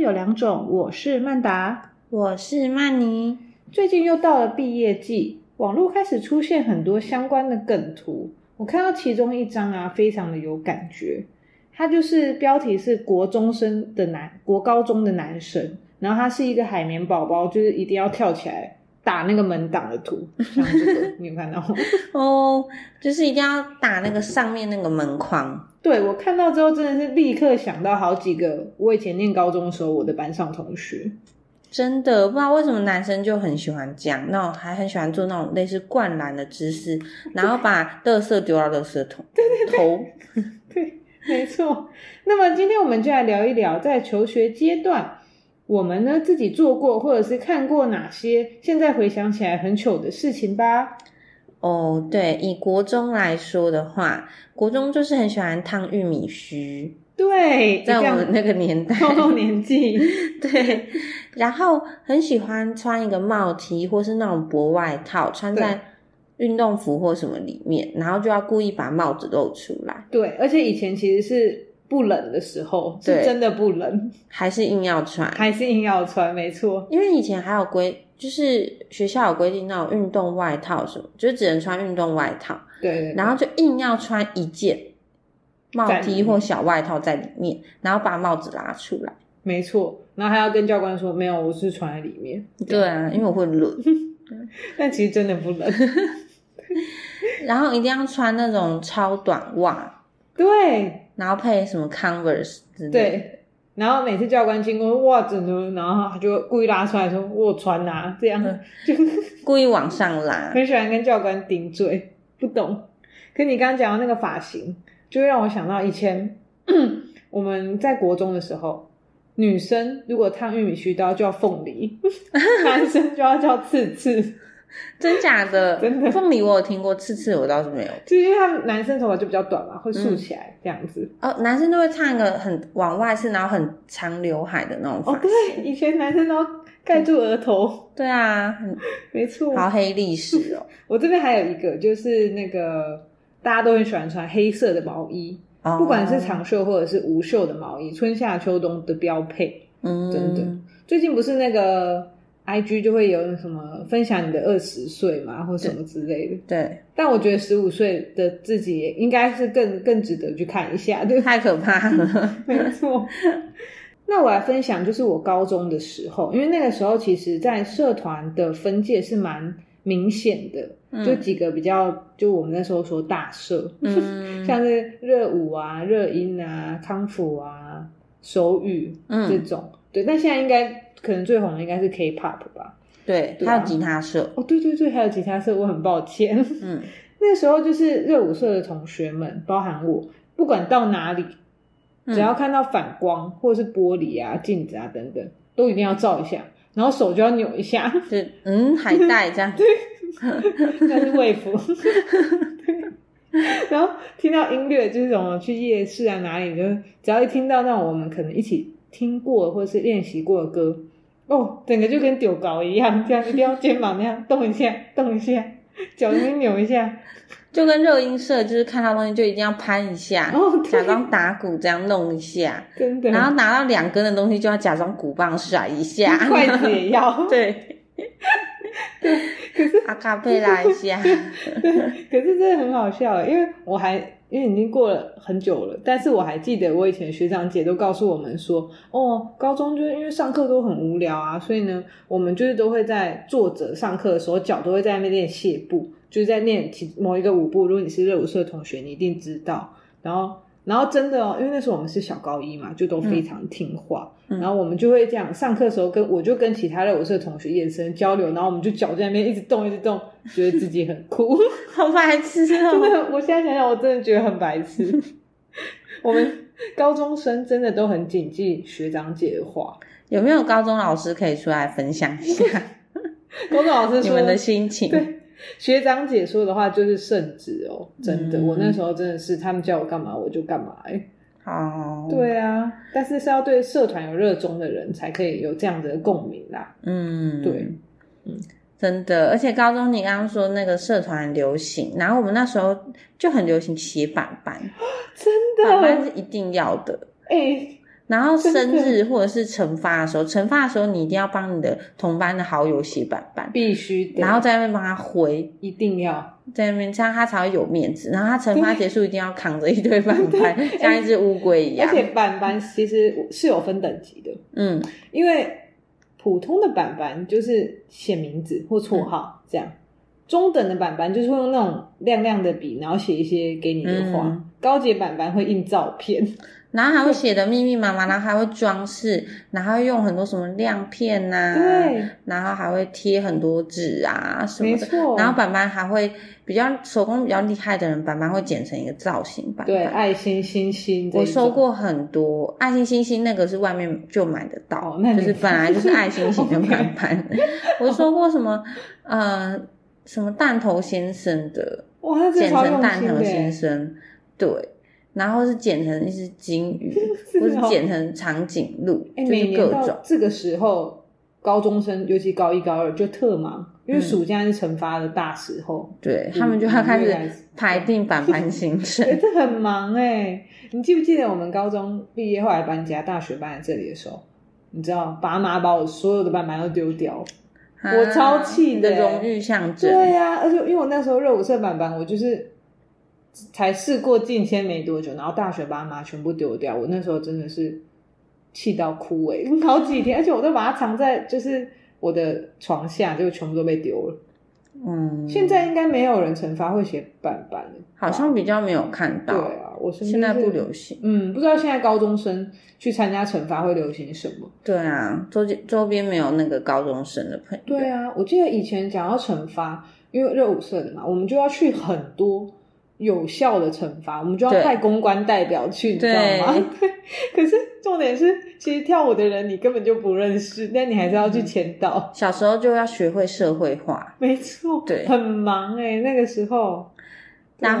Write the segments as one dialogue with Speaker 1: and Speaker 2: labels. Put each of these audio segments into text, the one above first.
Speaker 1: 有两种，我是曼达。
Speaker 2: 我是曼妮，
Speaker 1: 最近又到了毕业季，网络开始出现很多相关的梗图。我看到其中一张啊，非常的有感觉。它就是标题是国中生的男，国高中的男生，然后他是一个海绵宝宝，就是一定要跳起来打那个门挡的图，像这个，你有看到吗？
Speaker 2: 哦，就是一定要打那个上面那个门框，
Speaker 1: 对我看到之后，真的是立刻想到好几个我以前念高中的时候我的班上同学。
Speaker 2: 真的不知道为什么男生就很喜欢这样，那种还很喜欢做那种类似灌篮的姿势，然后把垃圾丢到垃圾桶，对对对， 头
Speaker 1: 对，没错。那么今天我们就来聊一聊，在求学阶段，我们呢自己做过或者是看过哪些现在回想起来很糗的事情吧。
Speaker 2: 哦，对，以国中来说的话，国中就是很喜欢烫玉米须，
Speaker 1: 对，
Speaker 2: 在
Speaker 1: 这
Speaker 2: 我
Speaker 1: 样
Speaker 2: 们那个 年代，
Speaker 1: 透露年纪，
Speaker 2: 对，然后很喜欢穿一个帽 T 或是那种薄外套，穿在运动服或什么里面，然后就要故意把帽子露出来，
Speaker 1: 对，而且以前其实是不冷的时候，是
Speaker 2: 对
Speaker 1: 真的不冷，
Speaker 2: 还是硬要穿，
Speaker 1: 还是硬要穿，没错。
Speaker 2: 因为以前还有规，就是学校有规定那种运动外套什么，就只能穿运动外套，
Speaker 1: 对对对
Speaker 2: 然后就硬要穿一件帽
Speaker 1: 在里
Speaker 2: T
Speaker 1: 面
Speaker 2: 或小外套在里面，然后把帽子拉出来。
Speaker 1: 没错，然后还要跟教官说没有，我是穿在里面。
Speaker 2: 对啊，因为我会 冷，
Speaker 1: 但其实真的不冷。
Speaker 2: 然后一定要穿那种超短袜，
Speaker 1: 对
Speaker 2: 然后配什么 Converse 之类的。
Speaker 1: 对，然后每次教官经过，哇，怎么？然后他就故意拉出来说，我穿啊，这
Speaker 2: 嗯
Speaker 1: 样就
Speaker 2: 故意往上拉。
Speaker 1: 很喜欢跟教官顶嘴，不懂。可你刚刚讲到那个发型，就会让我想到以前我们在国中的时候，女生如果烫玉米须刀叫凤 梨，男生就要叫刺刺。
Speaker 2: 真假的？
Speaker 1: 真的
Speaker 2: 凤梨我有听过，刺刺我倒是没有。
Speaker 1: 就是因为他们男生头发就比较短嘛，会
Speaker 2: 嗯
Speaker 1: 竖起来、这样子。
Speaker 2: 哦，男生都会烫一个很往外是，然后很长刘海的那种发
Speaker 1: 哦，
Speaker 2: 型。
Speaker 1: 对，以前男生都要盖住额头，
Speaker 2: 对啊，很
Speaker 1: 没错。
Speaker 2: 好黑历史哦。
Speaker 1: 我这边还有一个，就是那个大家都很喜欢穿黑色的毛衣，
Speaker 2: 哦
Speaker 1: 不管是，长袖或者是无袖的毛衣，春夏秋冬的标配。
Speaker 2: 嗯，
Speaker 1: 真的最近不是那个 I G 就会有什么分享你的二十岁嘛，或什么之类的。
Speaker 2: 对，
Speaker 1: 但我觉得十五岁的自己也应该是更更值得去看一下的。
Speaker 2: 太可怕了。
Speaker 1: 没错。那我来分享，就是我高中的时候，因为那个时候其实，在社团的分界是蛮明显的，
Speaker 2: 嗯
Speaker 1: 就几个比较，就我们那时候说大社，
Speaker 2: 嗯
Speaker 1: 像是热舞啊、热音啊、康复啊、手语这
Speaker 2: 嗯，
Speaker 1: 种，对。但现在应该可能最红的应该是 K-pop 吧？
Speaker 2: 对，
Speaker 1: 对啊
Speaker 2: 还有吉他社，
Speaker 1: 哦，对对对，还有吉他社，我很抱歉。
Speaker 2: 嗯，
Speaker 1: 那时候就是热舞社的同学们，包含我，不管到哪里，
Speaker 2: 嗯
Speaker 1: 只要看到反光或者是玻璃啊、镜子啊等等，都一定要照一下，然后手就要扭一下，
Speaker 2: 就嗯海带这 样，
Speaker 1: 那是卫服。 对然 后听到音乐就是什么去夜市啊哪里，就是只要一听到那种我们可能一起听过或是练习过的歌，哦，整个就跟丢高一样，这样一定要肩膀那样动一下，动一下，脚那边扭一下，
Speaker 2: 就跟热音社就是看到东西就一定要攀一下，
Speaker 1: 哦，对
Speaker 2: 假装打鼓这样弄一下，
Speaker 1: 真的，
Speaker 2: 然后拿到两根的东西就要假装鼓棒甩一下，
Speaker 1: 筷子也要，
Speaker 2: 对，阿卡贝拉 一下，
Speaker 1: 可是真的很好笑欸，因为我还因为已经过了很久了，但是我还记得我以前学长姐都告诉我们说，哦，高中就是因为上课都很无聊啊，所以呢，我们就是都会在坐着上课的时候，脚都会在那边练谢步，就是在练其某一个舞步。如果你是热舞社的同学，你一定知道。然后，然后真的哦，因为那时候我们是小高一嘛，就都非常听话。
Speaker 2: 嗯
Speaker 1: 然后我们就会这样，上课的时候跟我就跟其他热舞社的同学眼神交流，然后我们就脚在那边一直动一直动，觉得自己很酷。
Speaker 2: 好白痴
Speaker 1: 真
Speaker 2: 哦！
Speaker 1: 的，我现在想想，我真的觉得很白痴。 我们高中生真的都很谨记学长姐的话。
Speaker 2: 有没有高中老师可以出来分享一 下
Speaker 1: 高中老师
Speaker 2: 你
Speaker 1: 说
Speaker 2: 们的心情？
Speaker 1: 对学长姐说的话就是圣旨哦，真的。
Speaker 2: 嗯
Speaker 1: 我那时候真的是，他们叫我干嘛我就干嘛、欸。
Speaker 2: 好，，
Speaker 1: 对啊，但是是要对社团有热衷的人才可以有这样的共鸣啦。
Speaker 2: 嗯，
Speaker 1: 对，嗯
Speaker 2: 嗯。真的，而且高中你刚刚说那个社团很流行，然后我们那时候就很流行写板板，
Speaker 1: 真
Speaker 2: 板板
Speaker 1: 的，
Speaker 2: 是一定要的。
Speaker 1: 哎、
Speaker 2: 然后生
Speaker 1: 真
Speaker 2: 日或者是惩罚的时候，惩罚的时候你一定要帮你的同班的好友写板板，
Speaker 1: 必须的，
Speaker 2: 然后在那边帮他挥，
Speaker 1: 一定要
Speaker 2: 在那边这样他才会有面子。然后他惩罚结束一定要扛着一堆 板板，像一只乌龟一样
Speaker 1: 而。且板板其实是有分等级的，
Speaker 2: 嗯，
Speaker 1: 因为普通的板板就是写名字或绰
Speaker 2: 嗯
Speaker 1: 号、这样，中等的板板就是会用那种亮亮的笔，然后写一些给你的话，
Speaker 2: 嗯
Speaker 1: 高级板板会印照片，
Speaker 2: 然后还会写的密密麻麻，然后还会装饰，然后用很多什么亮片呐、
Speaker 1: 对，
Speaker 2: 然后还会贴很多纸啊什
Speaker 1: 没
Speaker 2: 么的。
Speaker 1: 错，
Speaker 2: 然后板板还会比较手工比较厉害的人，板板会剪成一个造型板板。
Speaker 1: 对爱心星星这一
Speaker 2: 我
Speaker 1: 种，
Speaker 2: 收过很多爱心星星，那个是外面就买得到，
Speaker 1: 哦那你
Speaker 2: 就是本来就是爱 心型的板板。我收过什么呃什么弹头先生的，
Speaker 1: 哇，那真的
Speaker 2: 剪
Speaker 1: 超
Speaker 2: 成
Speaker 1: 用
Speaker 2: 蛋
Speaker 1: 心
Speaker 2: 头
Speaker 1: 的
Speaker 2: 先
Speaker 1: 耶，
Speaker 2: 生，对，然后是剪成一只金鱼，
Speaker 1: 是
Speaker 2: 或是
Speaker 1: 哦
Speaker 2: 剪成长颈鹿，
Speaker 1: 哎、
Speaker 2: 就
Speaker 1: 每
Speaker 2: 是
Speaker 1: 年
Speaker 2: 各
Speaker 1: 到
Speaker 2: 种。
Speaker 1: 这个时候，高中生尤其高一高二就特忙，因为
Speaker 2: 嗯
Speaker 1: 暑假是惩罚的大时候，
Speaker 2: 对他们就要开
Speaker 1: 五月
Speaker 2: 始
Speaker 1: 还嗯是
Speaker 2: 排定板板行 程
Speaker 1: 哎、， 这很忙哎、你记不记得我们高中毕业后来搬家，大学搬来这里的时候，你知道爸妈把我所有的板板都丢掉。我
Speaker 2: 啊
Speaker 1: 超气
Speaker 2: 你
Speaker 1: 的
Speaker 2: 的
Speaker 1: 欸
Speaker 2: 荣誉象征。
Speaker 1: 对啊呀、而且因为我那时候热舞社板板，我就是才试过进签没多久，然后大学爸妈全部丢掉，我那时候真的是气到哭哎、 好几天，而且我都把它藏在就是我的床下，就全部都被丢了。
Speaker 2: 嗯，
Speaker 1: 现在应该没有人惩罚会写板板了，
Speaker 2: 好像比较没有看
Speaker 1: 对
Speaker 2: 到，
Speaker 1: 啊，我身
Speaker 2: 嗯现
Speaker 1: 边
Speaker 2: 在
Speaker 1: 是
Speaker 2: 不流行。
Speaker 1: 嗯，不知道现在高中生去参加惩罚会流行什么？
Speaker 2: 对啊，周边周边没有那个高中生的朋友。
Speaker 1: 对啊，我记得以前讲到惩罚，因为热舞社的嘛，我们就要去很多有效的惩罚，我们就要
Speaker 2: 对
Speaker 1: 派公关代表去，你知道吗？对。 可是重点是，其实跳舞的人你根本就不认识，但你还是要去签到。
Speaker 2: 小时候就要学会社会化。
Speaker 1: 没错，
Speaker 2: 对
Speaker 1: 很忙哎、那个时候。
Speaker 2: 然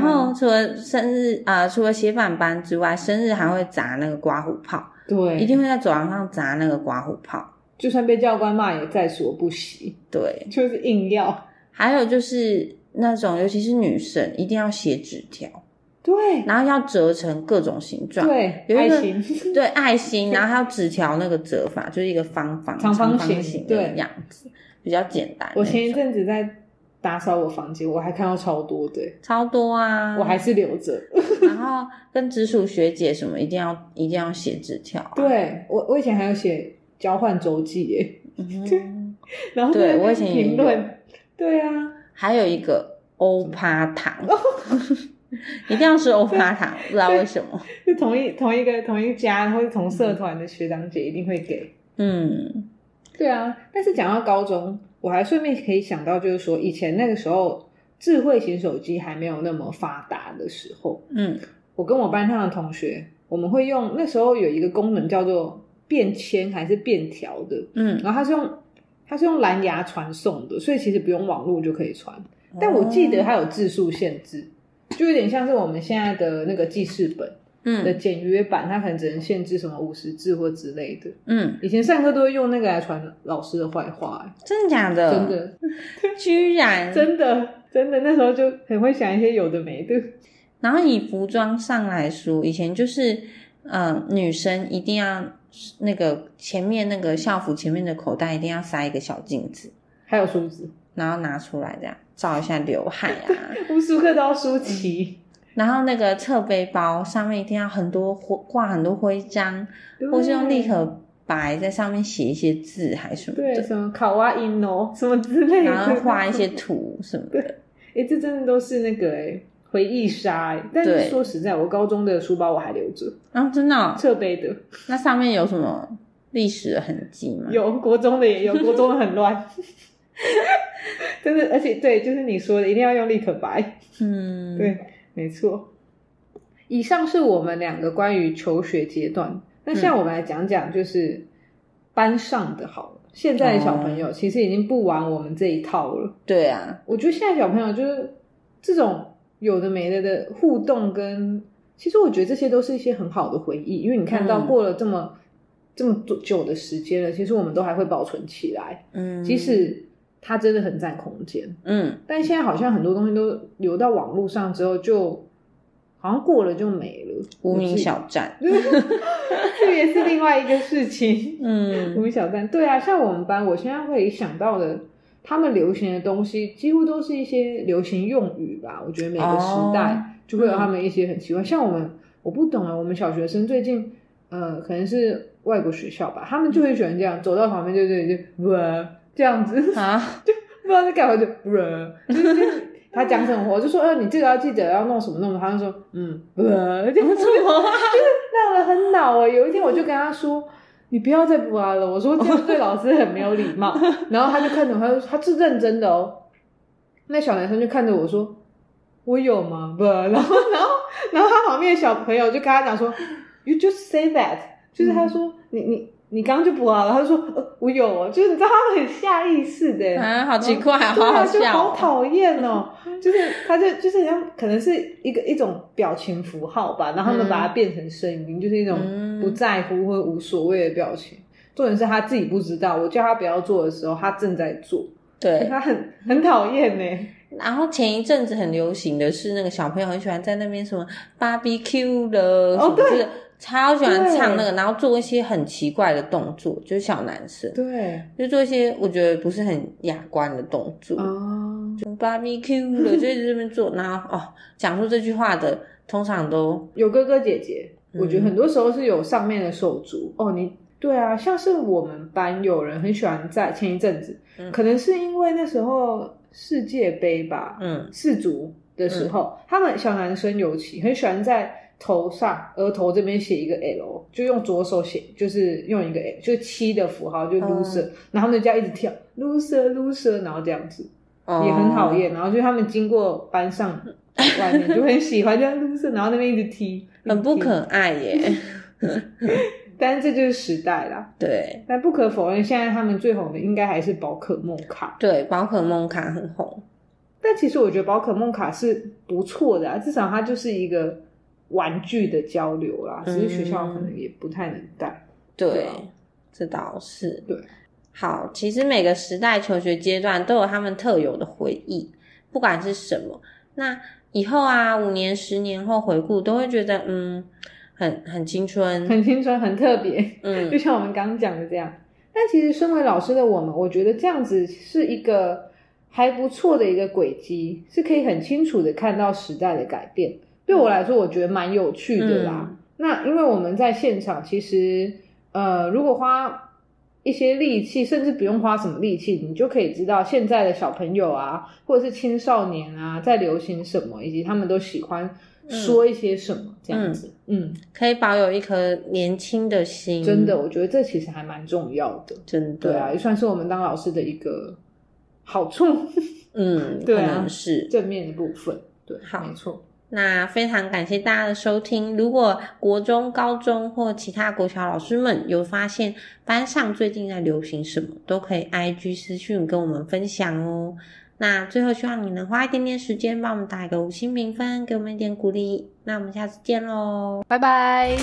Speaker 1: 对
Speaker 2: 后
Speaker 1: 啊
Speaker 2: 除了生日啊、呃除了写板板之外，生日还会砸那个刮胡泡，
Speaker 1: 对，
Speaker 2: 一定会在走廊上砸那个刮胡泡。
Speaker 1: 就算被教官骂也在所不惜，
Speaker 2: 对，
Speaker 1: 就是硬要。
Speaker 2: 还有就是那种尤其是女生一定要写纸条，
Speaker 1: 对
Speaker 2: 然后要折成各种形状。
Speaker 1: 对，
Speaker 2: 有一
Speaker 1: 爱
Speaker 2: 个
Speaker 1: 情。
Speaker 2: 对爱心，然后还有纸条那个折法，就是一个方方
Speaker 1: 长方
Speaker 2: 方
Speaker 1: 形
Speaker 2: 的
Speaker 1: 对
Speaker 2: 样子，比较简单那种。
Speaker 1: 我前一阵子在打扫我房间，我还看到超多的，欸
Speaker 2: 超多啊，
Speaker 1: 我还是留着。
Speaker 2: 然后跟直属学姐什么一定要一定要写纸条、啊。
Speaker 1: 对我，我以前还有写交换周记耶，
Speaker 2: 嗯，
Speaker 1: 然后
Speaker 2: 对
Speaker 1: 在那边
Speaker 2: 我以前也有
Speaker 1: 评论，对啊，
Speaker 2: 还有一个欧趴糖，
Speaker 1: 哦
Speaker 2: 一定要吃欧趴糖，不知道为什么。
Speaker 1: 就同一同一个同一家或者同社团的学长姐一定会给。
Speaker 2: 嗯，
Speaker 1: 对啊，但是讲到高中，我还顺便可以想到，就是说以前那个时候智慧型手机还没有那么发达的时候，
Speaker 2: 嗯
Speaker 1: 我跟我班上的同学，我们会用那时候有一个功能叫做便签还是便条的，
Speaker 2: 嗯，
Speaker 1: 然后它是用它是用蓝牙传送的，所以其实不用网络就可以传。但我记
Speaker 2: 哦
Speaker 1: 得它有字数限制，就有点像是我们现在的那个记事本的
Speaker 2: 嗯
Speaker 1: 简约版，它可能只能限制什么五十字或之类的。
Speaker 2: 嗯，
Speaker 1: 以前上课都会用那个来传老师的坏话、
Speaker 2: 真的假
Speaker 1: 欸
Speaker 2: 的？
Speaker 1: 真，的，
Speaker 2: 居然
Speaker 1: 真的，真的，那时候就很会想一些有的没的。
Speaker 2: 然后以服装上来说，以前就是，呃，女生一定要那个前面那个校服前面的口袋一定要塞一个小镜子，
Speaker 1: 还有梳子，
Speaker 2: 然后拿出来这样照一下刘海啊，
Speaker 1: 无时无刻都要梳齐，
Speaker 2: 然后那个侧背包上面一定要很多徽挂很多徽章，
Speaker 1: 对
Speaker 2: 嗯或是用立。可白在上面写一些字还什么
Speaker 1: 对，
Speaker 2: 的，
Speaker 1: 什么卡哇伊诺什么之类的，
Speaker 2: 然后画一些图什么的。
Speaker 1: 哎、这真的都是那个哎、回忆杀、欸。但
Speaker 2: 对
Speaker 1: 是说实在，我高中的书包我还留着，
Speaker 2: 然后真的哦、
Speaker 1: 侧背的
Speaker 2: 那上面有什么历史的痕迹吗？
Speaker 1: 有，国中的也有，国中的很乱。 真的，而且对，就是你说的，一定要用立可白。
Speaker 2: 嗯，
Speaker 1: 对，，没错。以上是我们两个关于求学阶段。那
Speaker 2: 嗯
Speaker 1: 现在我们来讲讲，就是班上的好了。现在的小朋
Speaker 2: 哦
Speaker 1: 友其实已经不玩我们这一套了。
Speaker 2: 对啊，
Speaker 1: 我觉得现在小朋友就是这种有的没的的互动跟，其实我觉得这些都是一些很好的回忆，因为你看到
Speaker 2: 嗯
Speaker 1: 过了这么、这么多久的时间了，其实我们都还会保存起来，
Speaker 2: 嗯，
Speaker 1: 即使它真的很占空间，
Speaker 2: 嗯
Speaker 1: 但现在好像很多东西都流到网络上之后就。好像过了就没了。
Speaker 2: 无
Speaker 1: 我
Speaker 2: 名
Speaker 1: 记得，
Speaker 2: 小站，
Speaker 1: 这也是另外一个事情。无
Speaker 2: 嗯，
Speaker 1: 名小站，对啊，像我们班，我现在会想到的，他们流行的东西，几乎都是一些流行用语吧。我觉得每个时
Speaker 2: 哦
Speaker 1: 代就会有他们一些很奇怪，像我们，我不懂啊，我们小学生最近，呃，可能是外国学校吧，他们就会喜欢这样，走到旁边就就就哇这样子，
Speaker 2: 啊，
Speaker 1: 不知道在干嘛就哇，就是就是他讲什么，我就说，呃，你这个要记得要弄什么弄什么，他就说，嗯，哇，这样子。 闹得很恼哎、有一天我就跟他说：“你不要再补啊了。”我说：“这样对老师很没有礼貌。” 然后他就看着我，他就他是认真的哦。那小男生就看着我说：“我有吗？”不，然后然后然后他旁边的小朋友就跟他讲说：“You just say that。”就是他说：“你你你刚刚就补啊了。”他就说：“呃，我有哦。”就是你知道他很下意识的、
Speaker 2: 啊，好奇怪啊，
Speaker 1: 对
Speaker 2: 好
Speaker 1: 啊，
Speaker 2: 好
Speaker 1: 就
Speaker 2: 笑
Speaker 1: 好
Speaker 2: 哦，
Speaker 1: 讨厌哦！ 就是他就就是像可能是一个一种表情符号吧，然后他们
Speaker 2: 嗯
Speaker 1: 把它变成声音，就是一种
Speaker 2: 嗯
Speaker 1: 不在乎或无所谓的表情。重点是他自己不知道，我叫他不要做的时候，他正在做，
Speaker 2: 对。
Speaker 1: 他很很讨厌欸呢。
Speaker 2: 然后前一阵子很流行的是那个小朋友很喜欢在那边什么 barbecue 了，什
Speaker 1: 哦
Speaker 2: 么就是超喜欢
Speaker 1: 对
Speaker 2: 唱那个，然后做一些很奇怪的动作，就是小男生
Speaker 1: 对
Speaker 2: 就做一些我觉得不是很雅观的动作，
Speaker 1: 哦，
Speaker 2: 什么 barbecue 了，就一直这边做。然后哦，讲出这句话的通常都
Speaker 1: 有哥哥姐姐，我觉得
Speaker 2: 嗯
Speaker 1: 很多时候是有上面的手足哦。你对啊，像是我们班有人很喜欢在前一阵子，
Speaker 2: 嗯
Speaker 1: 可能是因为那时候世界杯吧，
Speaker 2: 嗯
Speaker 1: 氏族的时候，他们小男生尤其很喜欢在头上额头这边写一个 L，就用左手写，就是用一个 L，就是七的符号，就
Speaker 2: 嗯
Speaker 1: loser，、然后他们就这样一直跳 loser loser，然后这样子
Speaker 2: 哦
Speaker 1: 也很讨厌，然后就他们经过班上外面就很喜欢这样 loser，然后那边一直踢，
Speaker 2: 哦很不
Speaker 1: 一直
Speaker 2: 可爱耶。
Speaker 1: 踢，但是这就是时代啦。
Speaker 2: 对
Speaker 1: 但不可否认，现在他们最红的应该还是宝可梦卡。
Speaker 2: 对，宝可梦卡很红，
Speaker 1: 但其实我觉得宝可梦卡是不错的、啊，至少它就是一个玩具的交流啦，只是学校可能也不太能带。
Speaker 2: 对，
Speaker 1: 对啊
Speaker 2: 这倒是
Speaker 1: 对。
Speaker 2: 好，其实每个时代求学阶段都有他们特有的回忆，不管是什么。那以后啊，五年、十年后回顾，都会觉得嗯，很很青春，
Speaker 1: 很青春，很特别，就
Speaker 2: 嗯
Speaker 1: 像我们刚刚讲的这样。但其实身为老师的我们，我觉得这样子是一个还不错的一个轨迹，是可以很清楚的看到时代的改变。对我来说，我觉得蛮有趣的啦。
Speaker 2: 嗯
Speaker 1: 那因为我们在现场，其实呃，如果花一些力气，甚至不用花什么力气，你就可以知道现在的小朋友啊，或者是青少年啊，在流行什么，以及他们都喜欢说一些什么、这样子。嗯，
Speaker 2: 可以保有一颗年轻的心，
Speaker 1: 真的，我觉得这其实还蛮重要的。
Speaker 2: 真的，
Speaker 1: 对啊，也算是我们当老师的一个好处，
Speaker 2: 嗯，
Speaker 1: 对啊
Speaker 2: 可能是
Speaker 1: 正面的部分。对，
Speaker 2: 好
Speaker 1: 没错。
Speaker 2: 那非常感谢大家的收听。如果国中、高中或其他国小老师们有发现班上最近在流行什么，都可以 IG 私讯跟我们分享哦。那最后希望你能花一点点时间帮我们打一个五星评分，给我们一点鼓励。那我们下次见喽。
Speaker 1: 拜拜。